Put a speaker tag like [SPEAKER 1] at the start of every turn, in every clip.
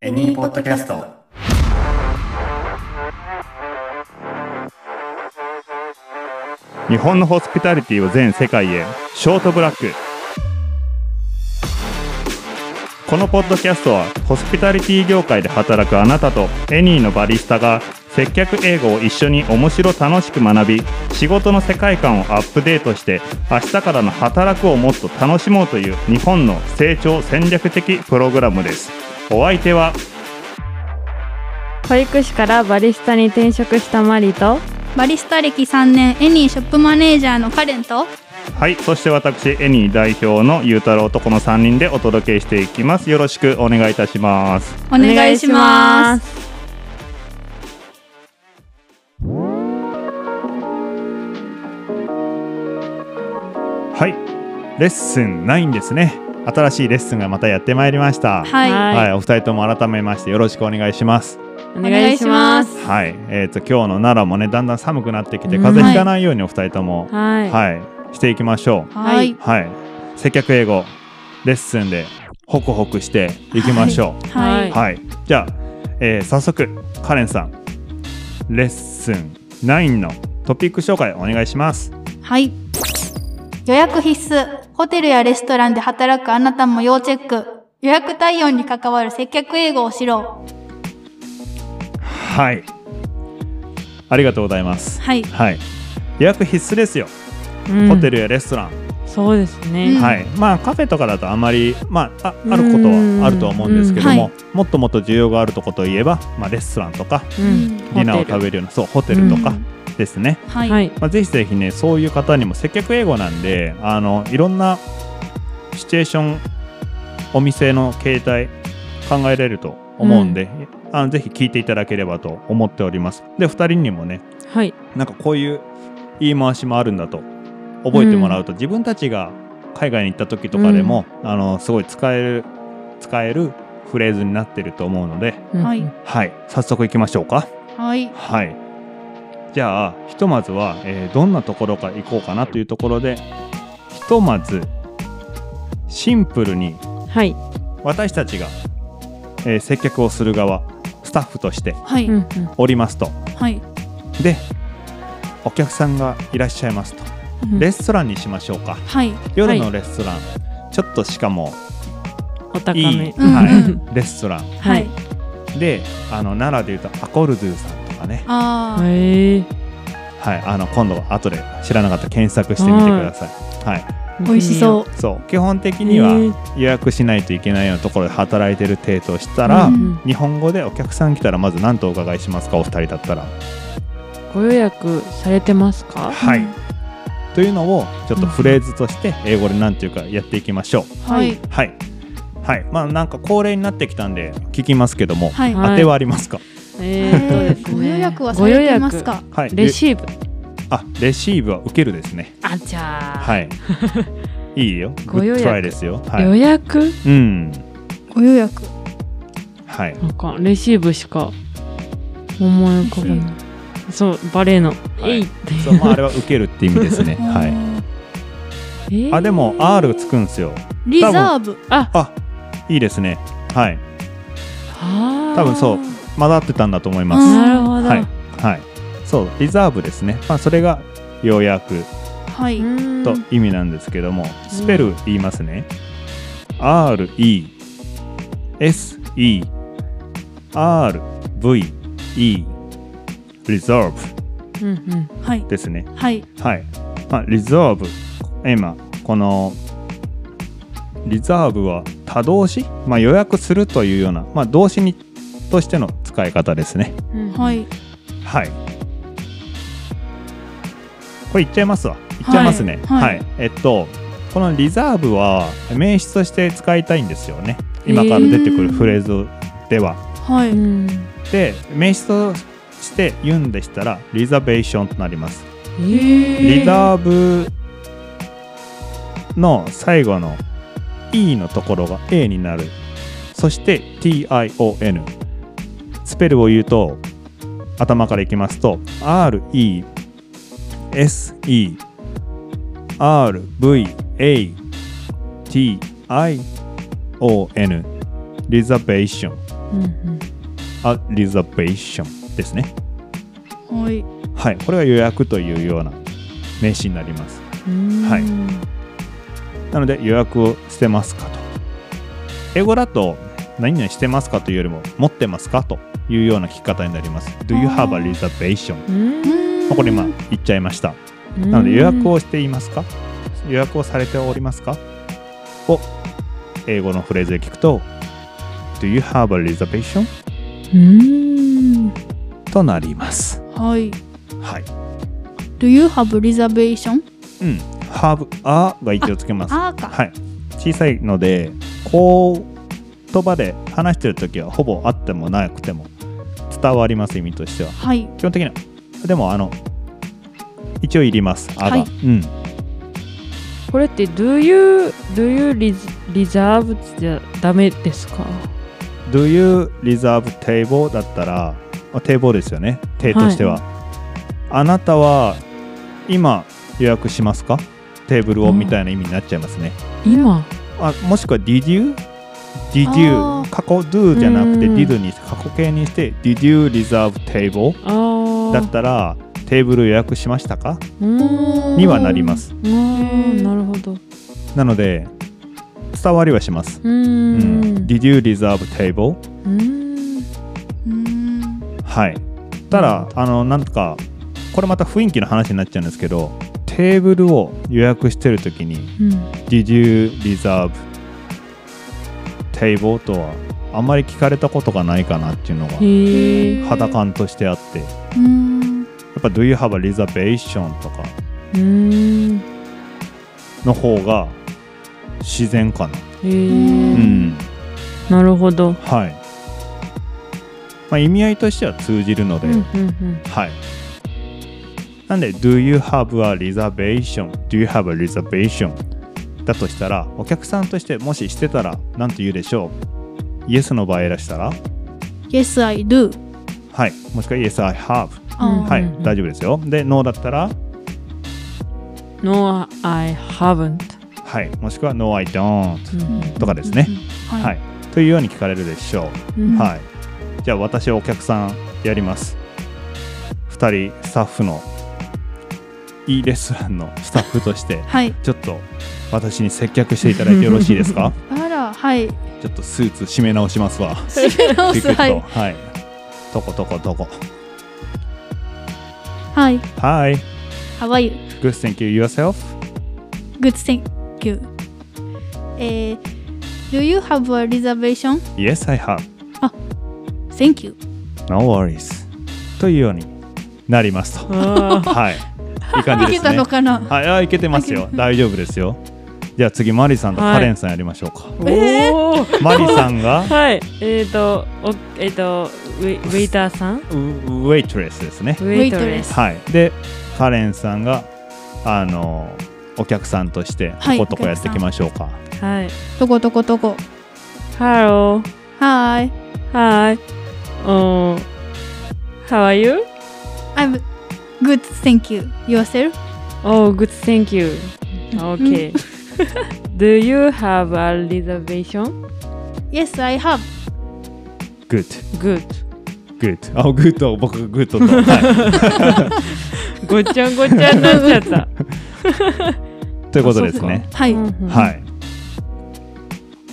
[SPEAKER 1] エニーポッドキャスト。
[SPEAKER 2] 日本のホスピタリティを全世界へショートブラックこのポッドキャストはホスピタリティ業界で働くあなたとエニーのバリスタが接客英語を一緒に面白楽しく学び仕事の世界観をアップデートして明日からの働くをもっと楽しもうという日本の成長戦略的プログラムですお相手は
[SPEAKER 3] 保育士からバリスタに転職したマリと
[SPEAKER 4] バリスタ歴3年エニーショップマネージャーのカレンと
[SPEAKER 2] はいそして私エニー代表のゆうたろうとこの3人でお届けしていきますよろしくお願いいたします
[SPEAKER 4] お願いします
[SPEAKER 3] す。
[SPEAKER 2] はい、レッスン9ですね。新しいレッスンがまたやってまいりました。
[SPEAKER 4] はい、
[SPEAKER 3] は
[SPEAKER 2] はい、お二人とも改めましてよろしくお願いします。
[SPEAKER 3] お願いします。
[SPEAKER 2] はい、えっ、と今日の奈良もねだんだん寒くなってきて風邪ひかないようにお二人とも、
[SPEAKER 3] はい。
[SPEAKER 2] はい、していきましょう。
[SPEAKER 4] はいい
[SPEAKER 2] はい、接客英語レッスンでホクホクしていきましょ
[SPEAKER 4] は
[SPEAKER 3] いう
[SPEAKER 4] い、
[SPEAKER 2] う。はい、じゃあ、えー早速カレンさんレッスン9のトピック紹介お願いします。
[SPEAKER 4] はい、予約必須ホテルやレストランで働くあなたも要チェック予約対応に関わる接客英語をしろ
[SPEAKER 2] はい、ありがとうございます。
[SPEAKER 4] はい
[SPEAKER 2] はい、予約必須ですよ、
[SPEAKER 3] うん
[SPEAKER 2] ホテ。ルやレストラン、
[SPEAKER 3] そうです
[SPEAKER 4] うん
[SPEAKER 3] ね。
[SPEAKER 2] はいまあ、カフェとかだとあまり、まあ、ああること
[SPEAKER 3] うん
[SPEAKER 2] はあるとは思うんですけども、
[SPEAKER 4] うんは
[SPEAKER 2] もっともっと需要があるとこといえば、まあ、レストランとか
[SPEAKER 3] う。
[SPEAKER 4] うん
[SPEAKER 2] ディナーを食べるようなそうホテルと
[SPEAKER 4] う
[SPEAKER 2] か
[SPEAKER 4] ん
[SPEAKER 2] ですね、
[SPEAKER 4] はい、
[SPEAKER 3] はい。
[SPEAKER 2] まあ、ぜひぜひねそういう方にも接客英語なんであのいろんなシチュエーションお店の形態考えれると思うんで、あのぜひ聞いていただければと思っておりますで2人にもね
[SPEAKER 3] はい。
[SPEAKER 2] なんかこういう言い回しもあるんだと覚えてもらうと、自分たちが海外に行った時とかでも、あのすごい使える使えるフレーズになってると思うので、
[SPEAKER 3] うん
[SPEAKER 4] はい
[SPEAKER 2] はい、早速行きましょうか。
[SPEAKER 4] はい
[SPEAKER 2] はい、じゃあひとまずは、えーどんなところから行こうかなというところでひとまずシンプルに
[SPEAKER 3] はい。
[SPEAKER 2] 私たちが、えー接客をする側スタッフとして
[SPEAKER 4] はい、
[SPEAKER 3] うん
[SPEAKER 2] おりますと
[SPEAKER 4] はい
[SPEAKER 2] でお客さんがいらっしゃいますと。
[SPEAKER 3] うん
[SPEAKER 2] レストランにしましょうか
[SPEAKER 4] はい
[SPEAKER 2] 夜のレストラン、ちょっとしかも
[SPEAKER 3] お高
[SPEAKER 2] いい、
[SPEAKER 3] め。
[SPEAKER 4] うん
[SPEAKER 2] はい、レストラン
[SPEAKER 4] はい
[SPEAKER 2] であの奈良でいうとアコルドゥさんとかね、
[SPEAKER 4] あー
[SPEAKER 3] へえ。
[SPEAKER 2] はい、あの今度は後で知らなかったら検索してみてください、はい
[SPEAKER 4] 美味しそう
[SPEAKER 2] そう基本的には
[SPEAKER 3] へえ
[SPEAKER 2] 予約しないといけないようなところで働いてる程度したら、
[SPEAKER 4] うん
[SPEAKER 2] 日本語でお客さん来たらまず何とお伺いしますかお二人だったら。
[SPEAKER 3] ご予約されてますか？
[SPEAKER 2] はい
[SPEAKER 4] うん
[SPEAKER 2] というのをちょっとフレーズとして英語で何ていうかやっていきましょう。
[SPEAKER 4] はい
[SPEAKER 2] はい、はい、まあなんか恒例になってきたんで聞きますけども、
[SPEAKER 4] はい、
[SPEAKER 3] はい
[SPEAKER 2] 当てはありますか
[SPEAKER 3] え
[SPEAKER 4] え
[SPEAKER 3] ーっとですね
[SPEAKER 4] ーご予約はされてますか
[SPEAKER 2] はい、
[SPEAKER 3] ご予約レシーブ。
[SPEAKER 2] あレシーブは受けるですね。
[SPEAKER 3] あじゃあ。。
[SPEAKER 2] はい い。いいよ。
[SPEAKER 3] ご予約
[SPEAKER 2] Good try ですよ。は
[SPEAKER 3] 予
[SPEAKER 2] い。
[SPEAKER 3] 約？
[SPEAKER 2] うん。
[SPEAKER 4] ご予約
[SPEAKER 2] はい。
[SPEAKER 3] なんかレシーブしか思い浮かば
[SPEAKER 4] レシ
[SPEAKER 3] ない。そうバレーの。
[SPEAKER 2] い
[SPEAKER 3] えいって。
[SPEAKER 2] そう、まあ、あれは受けるって意味です ね。はい。
[SPEAKER 4] い
[SPEAKER 3] えー
[SPEAKER 2] あ、でも R がつくんですよ。
[SPEAKER 4] リザーブ
[SPEAKER 2] あ、いいですね。はい。
[SPEAKER 3] はあ
[SPEAKER 2] 多分そう混ざってたんだと思いま
[SPEAKER 4] う
[SPEAKER 2] す。
[SPEAKER 4] ん
[SPEAKER 3] なるほど。
[SPEAKER 2] はい。はい。そう、リザーブですね。まあ、それが要約
[SPEAKER 4] はいう
[SPEAKER 3] ーん
[SPEAKER 2] と意味なんですけども、スペル言いますね。R E S E R V E reserve
[SPEAKER 3] うんうん。
[SPEAKER 4] はい
[SPEAKER 2] ですね。
[SPEAKER 4] はい
[SPEAKER 2] はい。まあ、リザーブ。今、この、リザーブは多動詞、まあ、予約するというような、まあ、動詞にとしての使い方ですね。
[SPEAKER 3] うん
[SPEAKER 4] はい
[SPEAKER 2] はい。これ言っちゃいますわ。言っちゃいますね。は。
[SPEAKER 4] はいい
[SPEAKER 2] はいえっと、このリザーブは名詞として使いたいんですよね。今から出てくるフレーズでは。
[SPEAKER 4] はい、
[SPEAKER 3] うん
[SPEAKER 2] で、名詞として言うんでしたら、リザベーションとなります。
[SPEAKER 3] え
[SPEAKER 2] リザーブの最後の E のところが A になるそして TION スペルを言うと頭からいきますと RESERVATION リザベーション
[SPEAKER 4] うん
[SPEAKER 2] アリザベーションですね。
[SPEAKER 4] うん。はい。
[SPEAKER 2] はい、これが予約というような名詞になります。は
[SPEAKER 4] はい
[SPEAKER 2] なので予約をしてますかと。英語だと何々してますかというよりも持ってますかというような聞き方になります。Do you have a reservation?
[SPEAKER 4] い。うん。
[SPEAKER 5] う
[SPEAKER 2] まあこれ今
[SPEAKER 5] ん
[SPEAKER 2] 言っちゃいました。
[SPEAKER 4] な
[SPEAKER 2] なので予約をしていますか予約をされておりますかを英語のフレーズで聞くと Do you have a reservation?
[SPEAKER 4] うん。
[SPEAKER 2] となります。
[SPEAKER 4] はい。
[SPEAKER 2] はい。
[SPEAKER 4] Do you have reservation?
[SPEAKER 2] うん。have a が一応つけます。
[SPEAKER 5] あーか。
[SPEAKER 2] はい、小さいのでこう言葉で話してる時はほぼあってもなくても伝わります意味としては
[SPEAKER 4] はい。
[SPEAKER 2] 基本的にはでもあの一応いります「あ」が、
[SPEAKER 4] は
[SPEAKER 2] う
[SPEAKER 4] い
[SPEAKER 2] ん
[SPEAKER 3] これって Do you, do you res- reserve じゃダメですか
[SPEAKER 2] 「Do you reserve table」だったらまあ「table」ですよね「手」としては、あなたは今予約しますかテーブルを
[SPEAKER 3] うん
[SPEAKER 2] みたいな意味になっちゃいますね、
[SPEAKER 3] 今
[SPEAKER 2] あもしくは did you? did
[SPEAKER 5] あ
[SPEAKER 2] you?
[SPEAKER 5] ー
[SPEAKER 2] 過去 do じゃなくて
[SPEAKER 3] うん
[SPEAKER 2] did にして過去形にして did you reserve table?
[SPEAKER 3] あー
[SPEAKER 2] だったらテーブル予約しましたか
[SPEAKER 3] うーん
[SPEAKER 2] にはなります
[SPEAKER 3] うーんなるほどう
[SPEAKER 2] なので伝わりはします、
[SPEAKER 3] ー
[SPEAKER 2] うん
[SPEAKER 3] んうん
[SPEAKER 2] Did you reserve table?
[SPEAKER 3] うーん
[SPEAKER 5] うーん。
[SPEAKER 2] はいただあのなんかこれまた雰囲気の話になっちゃうんですけどテーブルを予約してる時に
[SPEAKER 3] うん
[SPEAKER 2] Did you reserve table? とはあんまり聞かれたことがないかなっていうのが
[SPEAKER 3] へえ
[SPEAKER 5] へー
[SPEAKER 2] 肌感としてあってや
[SPEAKER 5] うーん。
[SPEAKER 2] っぱ「Do you have a reservation?」とか
[SPEAKER 3] うーん
[SPEAKER 2] の方が自然かな
[SPEAKER 3] へ
[SPEAKER 2] う
[SPEAKER 3] え
[SPEAKER 2] ん
[SPEAKER 3] なるほど
[SPEAKER 2] はいまあ意味合いとしては通じるので、
[SPEAKER 3] うんうん
[SPEAKER 2] はいなんで「Do you have a reservation?」「Do you have a reservation?」だとしたらお客さんとしてもししてたら何と言うでしょう ?Yes の場合だしたら
[SPEAKER 4] Yes, I do.
[SPEAKER 2] はいもしくは Yes I have
[SPEAKER 5] あー
[SPEAKER 2] はい、
[SPEAKER 3] うんうんうん
[SPEAKER 2] 大丈夫ですよで No だったら
[SPEAKER 3] うん No I haven't
[SPEAKER 2] はいもしくは No I don't
[SPEAKER 3] うん
[SPEAKER 2] とかですね、
[SPEAKER 5] うん。
[SPEAKER 2] はい。というように聞かれるでしょ
[SPEAKER 3] う
[SPEAKER 2] う。
[SPEAKER 3] ん
[SPEAKER 2] はい。じゃあ私はお客さんやります。2人スタッフのいいレストランのスタッフとして
[SPEAKER 4] はい。
[SPEAKER 2] ちょっと私に接客していただいてよろしいですか
[SPEAKER 4] あら、はい。
[SPEAKER 2] ちょっとスーツ締め直しますわ。
[SPEAKER 4] 締め直
[SPEAKER 2] ピ
[SPEAKER 4] す。
[SPEAKER 2] クッ
[SPEAKER 4] は
[SPEAKER 2] と。
[SPEAKER 4] い。
[SPEAKER 2] はい。とことことこ。
[SPEAKER 4] はい。
[SPEAKER 2] Hi,
[SPEAKER 4] How are you?
[SPEAKER 2] good thank you yourself.
[SPEAKER 4] Good, thank you. えー、Do you have a reservation?
[SPEAKER 2] Yes, I have.
[SPEAKER 4] Thank you.
[SPEAKER 2] No worries. というようになりますと。
[SPEAKER 3] あー
[SPEAKER 2] はい。いい感 じ
[SPEAKER 4] い
[SPEAKER 2] で
[SPEAKER 4] け
[SPEAKER 2] すね
[SPEAKER 4] た。のかな
[SPEAKER 2] はい、あ、いけてます よ。大丈夫ですよ。じゃあ次、マリさんと
[SPEAKER 3] はい
[SPEAKER 2] カレンさんやりましょうか。
[SPEAKER 4] え
[SPEAKER 3] おー
[SPEAKER 2] マリさん が
[SPEAKER 3] はいえっとおえっとウェイウェイターさん
[SPEAKER 2] ウ
[SPEAKER 3] ウ
[SPEAKER 2] ウェイトレスですね。
[SPEAKER 3] ェイトレス
[SPEAKER 2] はい。で、カレンさんが、あの、お客さんとして、
[SPEAKER 4] はい
[SPEAKER 2] とことこやっていきましょうか。
[SPEAKER 3] はい
[SPEAKER 4] とことことこ。
[SPEAKER 3] Hello
[SPEAKER 4] はーい。
[SPEAKER 3] Hi. Um, how are you?
[SPEAKER 4] I'm good, thank you. Yourself?
[SPEAKER 3] Oh, good. Thank you. Okay. Do you have a reservation?
[SPEAKER 4] Yes, I have.
[SPEAKER 2] Good,
[SPEAKER 3] Good.
[SPEAKER 2] good. あ、グッド、僕がグッドと。は
[SPEAKER 3] ごちゃんごちゃになっちゃった。。
[SPEAKER 2] い、ということですね。
[SPEAKER 4] はい。
[SPEAKER 2] はい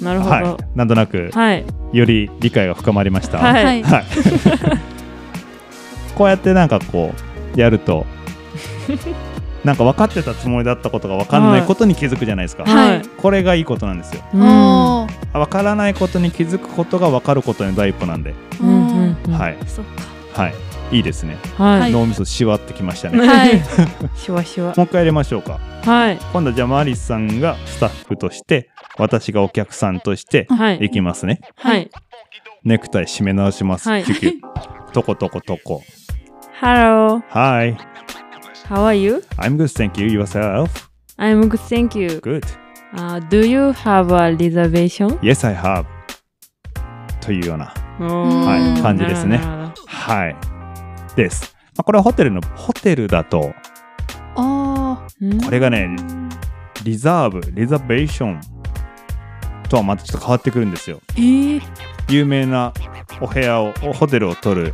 [SPEAKER 2] い。
[SPEAKER 3] なるほ
[SPEAKER 2] は
[SPEAKER 3] ど。
[SPEAKER 2] い。なんとなく、
[SPEAKER 3] はい。
[SPEAKER 2] より理解が深まりました。
[SPEAKER 3] はい
[SPEAKER 4] はい。
[SPEAKER 2] はい。こうやってなんかこうやるとなんか分かってたつもりだったことが分かんないことに気づくじゃないですか。
[SPEAKER 4] はい
[SPEAKER 2] これがいいことなんですよ。
[SPEAKER 3] うん
[SPEAKER 4] おー
[SPEAKER 2] あ分からないことに気づくことが分かることの第一歩なんで、
[SPEAKER 3] うんうんうん
[SPEAKER 2] はい
[SPEAKER 4] そっか。
[SPEAKER 2] はい、いいですね。
[SPEAKER 3] は
[SPEAKER 2] 脳みそしわってきましたね。
[SPEAKER 3] い。
[SPEAKER 2] もう
[SPEAKER 4] はい。
[SPEAKER 3] しわしわ。
[SPEAKER 2] 一回やりましょうか。
[SPEAKER 3] はい。
[SPEAKER 2] 今度はじゃあマリスさんがスタッフとして、私がお客さんとして
[SPEAKER 3] はい
[SPEAKER 2] 行きますね。
[SPEAKER 3] はい。
[SPEAKER 2] ネクタイ締め直します。
[SPEAKER 3] はい
[SPEAKER 2] キュキュ。とことことこ。
[SPEAKER 3] Hello.
[SPEAKER 2] Hi,
[SPEAKER 3] How are you?
[SPEAKER 2] I'm good. Thank you. Yourself?
[SPEAKER 3] I'm good. Thank you.
[SPEAKER 2] Good.
[SPEAKER 3] Uh, do you have a reservation?
[SPEAKER 2] Yes, I have. というような、は、
[SPEAKER 3] はい
[SPEAKER 2] 感じですね。はい。です。まあ、これはホテルの、ホテルだと、
[SPEAKER 4] あ
[SPEAKER 2] これがね、リザーブ、リザベーションとはまたちょっと変わってくるんですよ。
[SPEAKER 4] ー。えー。
[SPEAKER 2] 有名なお部屋をおホテルを取る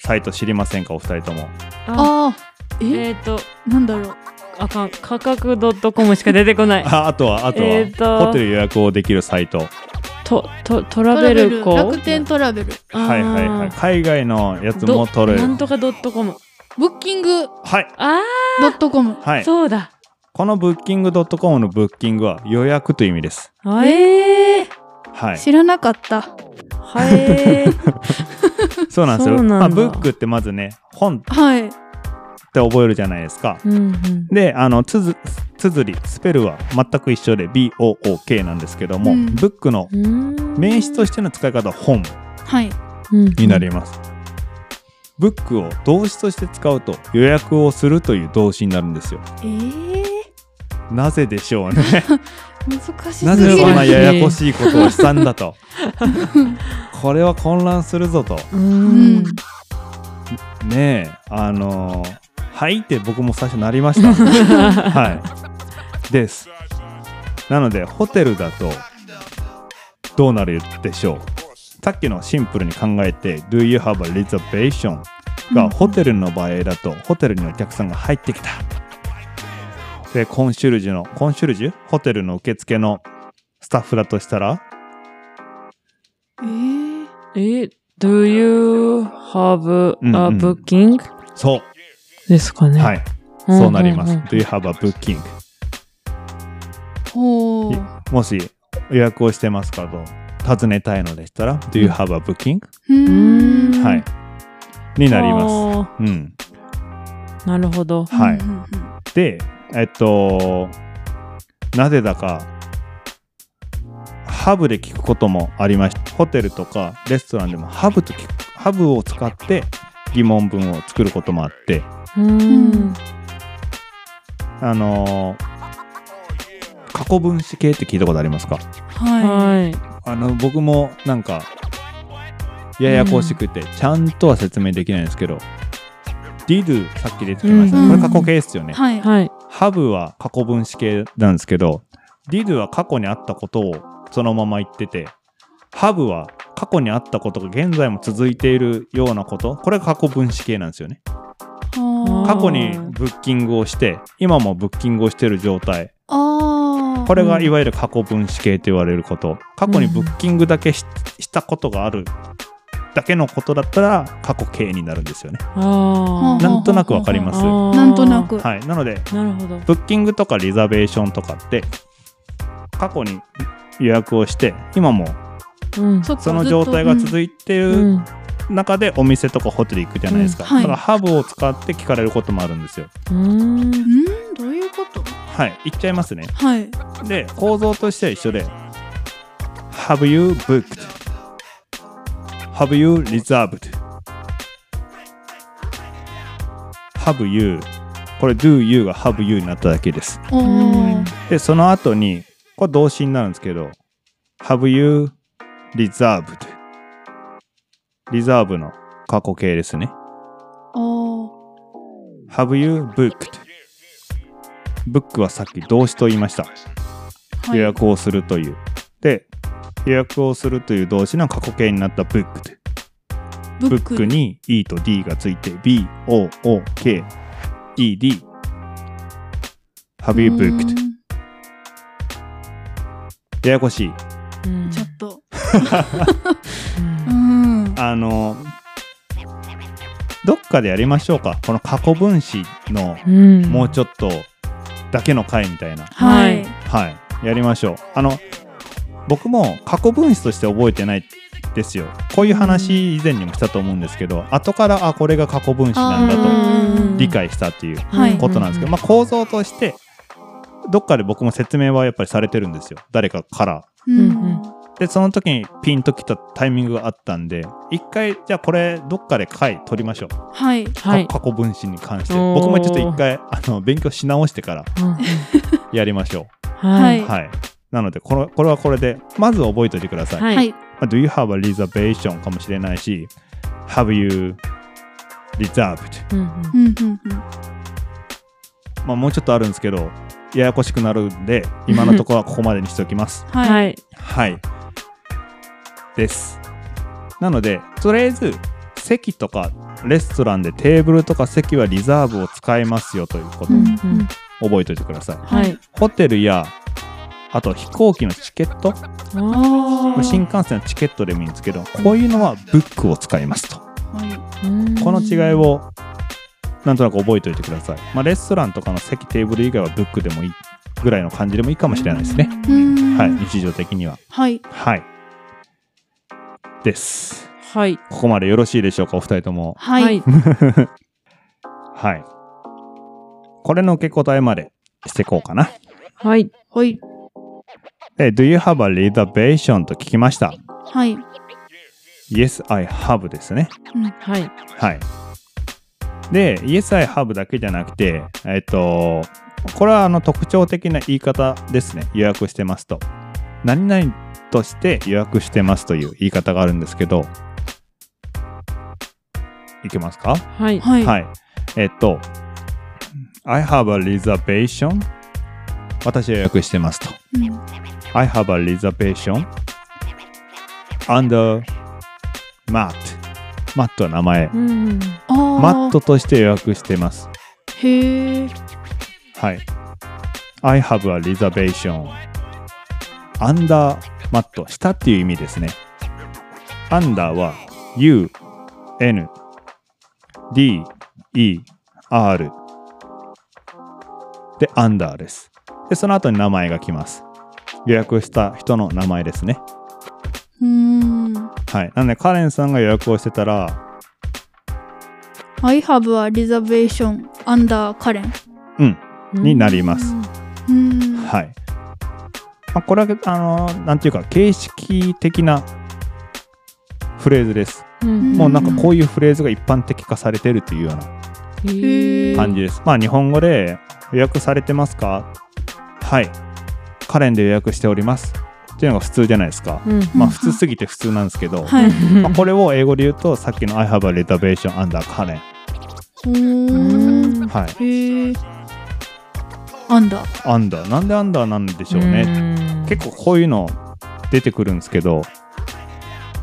[SPEAKER 2] サイト知りませんかお二人とも
[SPEAKER 3] あ
[SPEAKER 4] あえ
[SPEAKER 3] えっ、と
[SPEAKER 4] なんだろう
[SPEAKER 3] あかん価格 .com しか出てこない
[SPEAKER 2] ああとはあとは、
[SPEAKER 3] えーと
[SPEAKER 2] ホテル予約をできるサイト
[SPEAKER 3] ととトラベルコ
[SPEAKER 4] 楽天トラベル
[SPEAKER 2] はいはいはい海外のやつも取れ
[SPEAKER 3] な
[SPEAKER 2] る
[SPEAKER 3] んとか .com
[SPEAKER 4] ブッキング
[SPEAKER 2] はい
[SPEAKER 3] あ
[SPEAKER 4] ドットコム
[SPEAKER 3] あ、
[SPEAKER 2] はい
[SPEAKER 3] そうだ
[SPEAKER 2] このブッキング .com のブッキングは予約という意味です
[SPEAKER 3] ええ
[SPEAKER 2] はい
[SPEAKER 4] 知らなかった
[SPEAKER 3] はいえー
[SPEAKER 2] そうなんですよ
[SPEAKER 3] そうなんだ
[SPEAKER 2] まあ、ブックってまずね本っ
[SPEAKER 4] はい
[SPEAKER 2] て覚えるじゃないですか
[SPEAKER 3] うんうん
[SPEAKER 2] であのつづつづりスペルは全く一緒で BOOK なんですけども、
[SPEAKER 4] うん
[SPEAKER 2] ブックの
[SPEAKER 3] うん
[SPEAKER 2] 名詞としての使い方は本
[SPEAKER 4] はい
[SPEAKER 2] になります、ブックを動詞として使うと予約をするという動詞になるんですよ
[SPEAKER 4] えー、
[SPEAKER 2] なぜでしょう ね
[SPEAKER 4] 難しすぎ
[SPEAKER 2] な
[SPEAKER 4] る
[SPEAKER 2] ぜこんな
[SPEAKER 3] や
[SPEAKER 2] ややこしいことをしたんだ とこれは混乱するぞと
[SPEAKER 3] う
[SPEAKER 4] うんん、
[SPEAKER 2] ねえあのーはいって僕も最初なりましたはいですなのでホテルだとどうなるでしょうさっきのシンプルに考えて「Do you have a reservation?」が、
[SPEAKER 4] うん
[SPEAKER 2] ホテルの場合だとホテルにお客さんが入ってきたでコンシュルジュのコンシュルジュホテルの受付のスタッフだとしたら
[SPEAKER 4] えー、
[SPEAKER 3] え Do you have
[SPEAKER 2] うんう
[SPEAKER 3] a
[SPEAKER 2] ん
[SPEAKER 3] booking?、
[SPEAKER 2] そ
[SPEAKER 3] ですか
[SPEAKER 2] う
[SPEAKER 3] ね、
[SPEAKER 2] はいいそうなります
[SPEAKER 3] うんうんうん
[SPEAKER 2] 「Do you have a booking?」
[SPEAKER 4] ほう
[SPEAKER 2] もし予約をしてますかと尋ねたいのでしたら、Do you have a booking?、
[SPEAKER 4] うーん
[SPEAKER 3] うん
[SPEAKER 2] はい。になります。
[SPEAKER 3] あ
[SPEAKER 2] うん。
[SPEAKER 3] ーなるほど
[SPEAKER 2] は
[SPEAKER 4] う
[SPEAKER 2] い。
[SPEAKER 4] んうんうん
[SPEAKER 2] で、えっと、なぜだか、ハブで聞くこともありました。ホテルとかレストランでもハブと聞く、ハブを使って疑問文を作ることもあって、
[SPEAKER 3] うん
[SPEAKER 4] うん
[SPEAKER 2] あのー過去分詞形って聞いたことありますか
[SPEAKER 4] は
[SPEAKER 3] はい
[SPEAKER 2] あの僕もなんかややこしくて、ちゃんとは説明できないんですけど did さっき出てきました、
[SPEAKER 4] うん
[SPEAKER 2] これ過去形ですよね、
[SPEAKER 4] いはい
[SPEAKER 3] はい、
[SPEAKER 2] have は過去分詞形なんですけど did は過去にあったことをそのまま言ってて have は過去にあったことが現在も続いているようなことこれが過去分詞形なんですよね
[SPEAKER 4] は
[SPEAKER 2] 過去にブッキングをして今もブッキングをしている状態
[SPEAKER 4] ああ
[SPEAKER 2] これがいわゆる過去分子形と言われること過去にブッキングだけししたことがあるだけのことだったら過去形になるんですよね
[SPEAKER 3] あ
[SPEAKER 4] うん
[SPEAKER 3] ー
[SPEAKER 2] なんとなくわかりますは
[SPEAKER 3] あー
[SPEAKER 4] なんとなく
[SPEAKER 2] いなので
[SPEAKER 3] なるほど
[SPEAKER 2] ブッキングとかリザベーションとかって過去に予約をして今も
[SPEAKER 3] うん
[SPEAKER 4] そっか
[SPEAKER 2] その状態が
[SPEAKER 4] ずっ
[SPEAKER 2] 続いて
[SPEAKER 3] う
[SPEAKER 2] る
[SPEAKER 3] ん
[SPEAKER 2] 中でお店とかホテル行くじゃないですか、
[SPEAKER 4] うんはい
[SPEAKER 2] だからハブを使って聞かれることもあるんですよ
[SPEAKER 3] うん
[SPEAKER 4] とうんうんどういうこと
[SPEAKER 2] はい行っちゃいますね
[SPEAKER 4] はい
[SPEAKER 2] で構造としては一緒で Have you booked? Have you reserved? Have you これ Do you が Have you になっただけです
[SPEAKER 4] お
[SPEAKER 3] うん
[SPEAKER 4] ー
[SPEAKER 2] でその後にこれ動詞になるんですけど Have you reserved? リザーブの過去形ですね
[SPEAKER 4] お
[SPEAKER 2] Have you booked? ブックはさっき動詞と言いました
[SPEAKER 4] ーはい
[SPEAKER 2] 予約をするという。で、予約をするという動詞の過去形になったブックで。
[SPEAKER 4] ブ
[SPEAKER 2] ブックに E と D がついて B, O, O, K, E, D. Have you
[SPEAKER 4] う
[SPEAKER 2] booked?
[SPEAKER 4] ーん
[SPEAKER 2] ややこしい。
[SPEAKER 3] うん
[SPEAKER 4] ちょっと
[SPEAKER 3] うん
[SPEAKER 4] うん
[SPEAKER 2] あの、どっかでやりましょうか。この過去分詞の
[SPEAKER 3] うん
[SPEAKER 2] もうちょっとだけの回みたいな。
[SPEAKER 4] はい
[SPEAKER 2] はい。やりましょう。あの、僕も過去分子として覚えてないですよ。こういう話以前にもしたと思うんですけど、後から、あ、これが過去分子なんだと
[SPEAKER 3] うん
[SPEAKER 2] 理解したっていう
[SPEAKER 4] はい
[SPEAKER 2] ことなんですけど、まあ構造として、どっかで僕も説明はやっぱりされてるんですよ。誰かから。
[SPEAKER 4] うん
[SPEAKER 3] うん
[SPEAKER 2] で、その時にピンときたタイミングがあったんで、一回、じゃあこれ、どっかで回取りましょう。か
[SPEAKER 4] はい
[SPEAKER 3] はい
[SPEAKER 2] 過去分子に関して。
[SPEAKER 3] おー
[SPEAKER 2] 僕もちょっと一回、あの、勉強し直してから
[SPEAKER 3] うんうん
[SPEAKER 2] やりましょう。
[SPEAKER 3] はい
[SPEAKER 2] はい。なのでこの、これはこれで、まず覚えておいてください。
[SPEAKER 3] はい
[SPEAKER 4] はい
[SPEAKER 2] まあ Do you have a reservation? かもしれないし、Have you reserved?
[SPEAKER 3] うん。
[SPEAKER 4] うんうんうん
[SPEAKER 2] まあ、もうちょっとあるんですけど、ややこしくなるんで、今のとこ ろはここまでにしておきます
[SPEAKER 3] は
[SPEAKER 4] はい
[SPEAKER 3] い
[SPEAKER 2] はい。です。なのでとりあえず席とかレストランでテーブルとか席はリザーブを使えますよということ
[SPEAKER 4] う
[SPEAKER 2] を
[SPEAKER 4] ん
[SPEAKER 3] うん
[SPEAKER 4] うん
[SPEAKER 2] 覚えておいてください、
[SPEAKER 3] はい。
[SPEAKER 2] ホテルやあと飛行機のチケット
[SPEAKER 3] あ
[SPEAKER 2] 新幹線のチケットでもいいんですけどこういうのはブックを使いますとこの違い。をなんとなく覚えておいてください、まあ、レストランとかの席テーブル以外はブックでもいいぐらいの感じでもいいかもしれないですね、
[SPEAKER 4] うん
[SPEAKER 2] はい日常的には
[SPEAKER 4] はい。
[SPEAKER 2] はいです
[SPEAKER 3] はい。
[SPEAKER 2] ここまでよろしいでしょうかお二人とも
[SPEAKER 4] はい。はい。。
[SPEAKER 2] はいこれの受け答えまでしていこうかな
[SPEAKER 3] はい。
[SPEAKER 4] はい。
[SPEAKER 2] え Do you have a reservation? と聞きました
[SPEAKER 4] はい。
[SPEAKER 2] Yes, I have ですね
[SPEAKER 3] はい。
[SPEAKER 2] はい。で、Yes, I have だけじゃなくて、えっと、これはあの特徴的な言い方ですね。予約してますと。何々として予約してますという言い方があるんですけど、いけますか
[SPEAKER 3] はい。
[SPEAKER 4] はい。
[SPEAKER 2] はい。えっと、I have a reservation. 私は予約してますと。
[SPEAKER 4] うん
[SPEAKER 2] I have a reservation under Matt. Matt は名前。
[SPEAKER 3] うん。
[SPEAKER 4] ああ。
[SPEAKER 2] マットとして予約してます。
[SPEAKER 4] へえ。
[SPEAKER 2] はい。I have a reservation. アンダーマット、下っていう意味ですね。アンダーは U, N, D, E, R で、アンダーです。で、その後に名前が来ます。予約した人の名前ですね。
[SPEAKER 4] うーん。
[SPEAKER 2] はい。なので、カレンさんが予約をしてたら、
[SPEAKER 4] I have a reservation under Karen。
[SPEAKER 2] うん、になります。
[SPEAKER 4] うーん。
[SPEAKER 2] はい。まあ、これは、あのーなんていうか、形式的なフレーズです。
[SPEAKER 3] うん。
[SPEAKER 2] もうなんかこういうフレーズが一般的化されてるというような
[SPEAKER 3] へー
[SPEAKER 2] 感じです。まあ、日本語で予約されてますかはい。カレンで予約しております。っていうのが普通じゃないですか。
[SPEAKER 3] うん。
[SPEAKER 2] まあ、普通すぎて普通なんですけど、
[SPEAKER 4] はい。
[SPEAKER 2] まあ、これを英語で言うと、さっきの I have a reservation under カレン。
[SPEAKER 4] うーん。
[SPEAKER 2] はい。
[SPEAKER 4] へえ。under。
[SPEAKER 2] under。なんで under なんでしょうね。
[SPEAKER 3] ね
[SPEAKER 2] 結構こういうの出てくるんですけど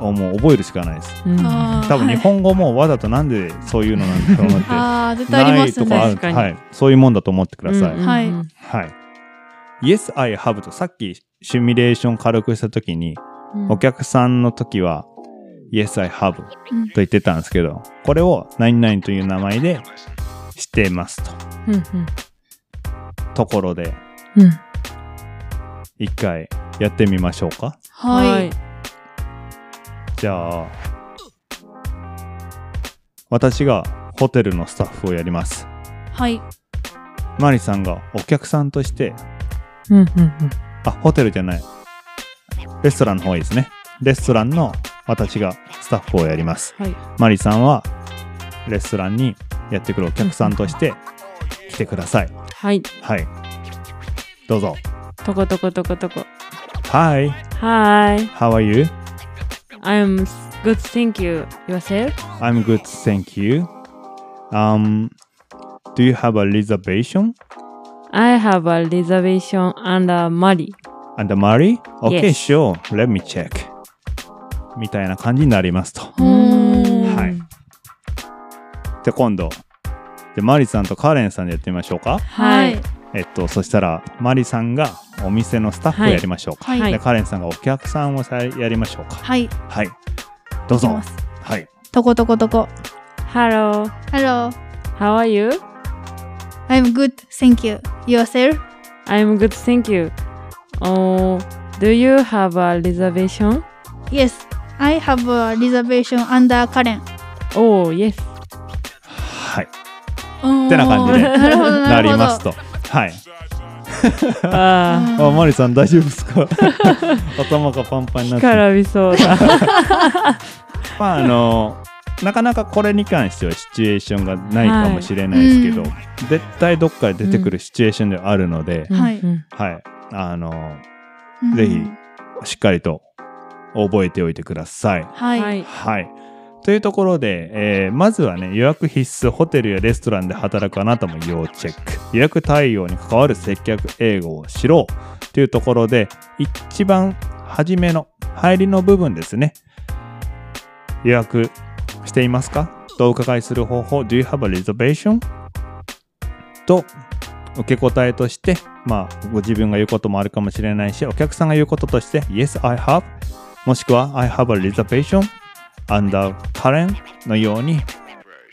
[SPEAKER 2] もう覚えるしかないです
[SPEAKER 3] うん
[SPEAKER 4] あー
[SPEAKER 2] 多分日本語もわざとなんでそういうのなんでしょうなって
[SPEAKER 4] ああ、絶対あり
[SPEAKER 2] な
[SPEAKER 4] ま
[SPEAKER 2] い
[SPEAKER 4] す
[SPEAKER 2] とかあ
[SPEAKER 4] ね。
[SPEAKER 2] る、
[SPEAKER 3] 確かに
[SPEAKER 2] はい、そういうもんだと思ってください、
[SPEAKER 3] うん
[SPEAKER 4] はい
[SPEAKER 3] うん
[SPEAKER 2] はい Yes, I have とさっきシミュレーション軽くした時にお客さんの時は Yes, I have と
[SPEAKER 4] うん
[SPEAKER 2] 言ってたんですけどこれを何々という名前でしてますと
[SPEAKER 3] うん
[SPEAKER 2] ところで
[SPEAKER 3] うんうん
[SPEAKER 2] 一回やってみましょうか
[SPEAKER 4] はい。
[SPEAKER 2] じゃあ、私がホテルのスタッフをやります。
[SPEAKER 4] はい。
[SPEAKER 2] マリさんがお客さんとして、
[SPEAKER 3] うんうん
[SPEAKER 2] あ、ホテルじゃない。レストランの方いいですね。レストランの私がスタッフをやります。
[SPEAKER 3] はい
[SPEAKER 2] マリさんはレストランにやってくるお客さんとして来てください。
[SPEAKER 3] はい
[SPEAKER 2] はい。どうぞ。
[SPEAKER 3] とことことことこ
[SPEAKER 2] Hi,
[SPEAKER 3] Hi
[SPEAKER 2] how are you?
[SPEAKER 3] I'm good thank you yourself
[SPEAKER 2] I'm good, thank you. Um, do you have a reservation?
[SPEAKER 3] I have a reservation under Mari
[SPEAKER 2] And the Mari? Okay,
[SPEAKER 3] Yes.
[SPEAKER 2] sure. Let me check. みたいな感じになりますと。
[SPEAKER 4] うーん
[SPEAKER 2] はい。で、今度。で、マリさんとカレンさんでやってみましょうか。
[SPEAKER 3] はい
[SPEAKER 2] えっと、そしたら、マリさんがお店のスタッフを
[SPEAKER 3] はい
[SPEAKER 2] やりましょうか。
[SPEAKER 4] はい
[SPEAKER 3] はい
[SPEAKER 2] で、カレンさんがお客さんをさやりましょうか。
[SPEAKER 4] はい。
[SPEAKER 2] はい。どう
[SPEAKER 4] いき
[SPEAKER 2] ぞ
[SPEAKER 4] ま。す
[SPEAKER 2] はい。
[SPEAKER 4] とことことこ。
[SPEAKER 3] Hello
[SPEAKER 4] Hello,
[SPEAKER 3] how are you
[SPEAKER 4] I'm good, thank you. Yourself?
[SPEAKER 3] I'm good thank you Oh do you have a reservation
[SPEAKER 4] Yes, I have a reservation under Karen.
[SPEAKER 3] Oh yes
[SPEAKER 2] はい。
[SPEAKER 4] って
[SPEAKER 2] てな感じで
[SPEAKER 4] なるほど、
[SPEAKER 2] な
[SPEAKER 4] なる
[SPEAKER 2] り
[SPEAKER 4] ほど。
[SPEAKER 2] ますと。はい。
[SPEAKER 3] あ
[SPEAKER 2] あ、マリさん大丈夫ですか 頭がパンパンにな
[SPEAKER 3] ー
[SPEAKER 2] ってる。
[SPEAKER 3] からびそうだ
[SPEAKER 2] まああのなかなかこれに関してはシチュエーションがないかもしれないですけど、
[SPEAKER 4] は
[SPEAKER 2] 絶対どっかで出てくるシチュエーションではあるので、
[SPEAKER 4] はい
[SPEAKER 3] うん
[SPEAKER 2] はいあの
[SPEAKER 4] うん
[SPEAKER 2] ぜひしっかりと覚えておいてください。
[SPEAKER 3] う
[SPEAKER 4] は
[SPEAKER 3] ん
[SPEAKER 4] い。
[SPEAKER 3] は
[SPEAKER 4] はい。
[SPEAKER 3] い
[SPEAKER 2] はいというところで、えーまずはね予約必須ホテルやレストランで働くあなたも要チェック予約対応に関わる接客英語を知ろうというところで一番初めの入りの部分ですね予約していますかとお伺いする方法 Do you have a reservation? と受け答えとしてまあご自分が言うこともあるかもしれないしお客さんが言うこととして Yes, I have もしくは I have a reservation under Karen のように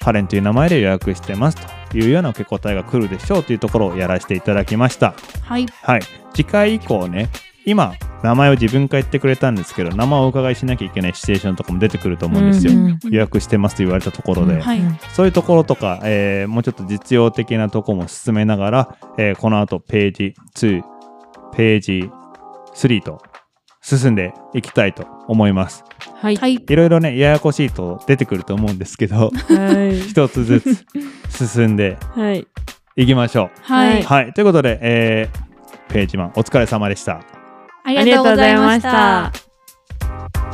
[SPEAKER 2] カレンという名前で予約してますというような受け答えが来るでしょうというところをやらせていただきました。
[SPEAKER 6] はい。
[SPEAKER 2] はい。次回以降ね、今、名前を自分から言ってくれたんですけど、名前をお伺いしなきゃいけないシチュエーションとかも出てくると思うんですよ。
[SPEAKER 3] うんうん
[SPEAKER 2] 予約してますと言われたところで。
[SPEAKER 3] うん
[SPEAKER 6] はい
[SPEAKER 2] そういうところとか、えーもうちょっと実用的なとこも進めながら、えーこの後ページ2、ページ3と進んでいきたいと思います。
[SPEAKER 3] はい。
[SPEAKER 6] は
[SPEAKER 3] はい。
[SPEAKER 6] い。
[SPEAKER 2] いろいろね、ややこしいと出てくると思うんですけど、一つずつ進んで
[SPEAKER 3] はい。
[SPEAKER 2] いきましょ
[SPEAKER 6] は
[SPEAKER 3] は
[SPEAKER 2] う。
[SPEAKER 6] い。
[SPEAKER 2] はい、ということで、えーページマンお疲れ様でした。
[SPEAKER 6] ありがとうございまし
[SPEAKER 3] ありがとうございました
[SPEAKER 6] た。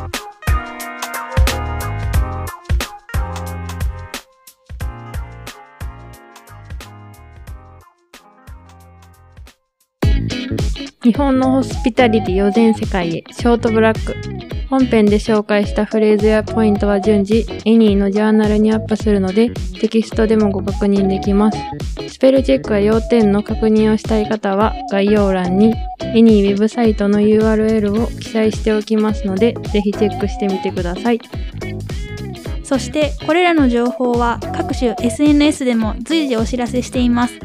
[SPEAKER 3] 日本のホスピタリティを全世界へショートブラック本編で紹介したフレーズやポイントは順次エニーのジャーナルにアップするのでテキストでもご確認できますスペルチェックや要点の確認をしたい方は概要欄にエニーウェブサイトの URL を記載しておきますのでぜひチェックしてみてください
[SPEAKER 4] そしてこれらの情報は各種 SNS でも随時お知らせしています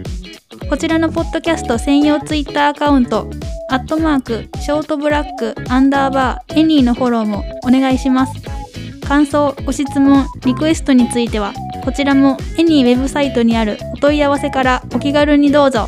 [SPEAKER 4] こちらのポッドキャスト専用ツイッターアカウントアットマークショートブラックアンダーバーエニーのフォローもお願いします感想ご質問リクエストについてはこちらもエニーウェブサイトにあるお問い合わせからお気軽にどうぞ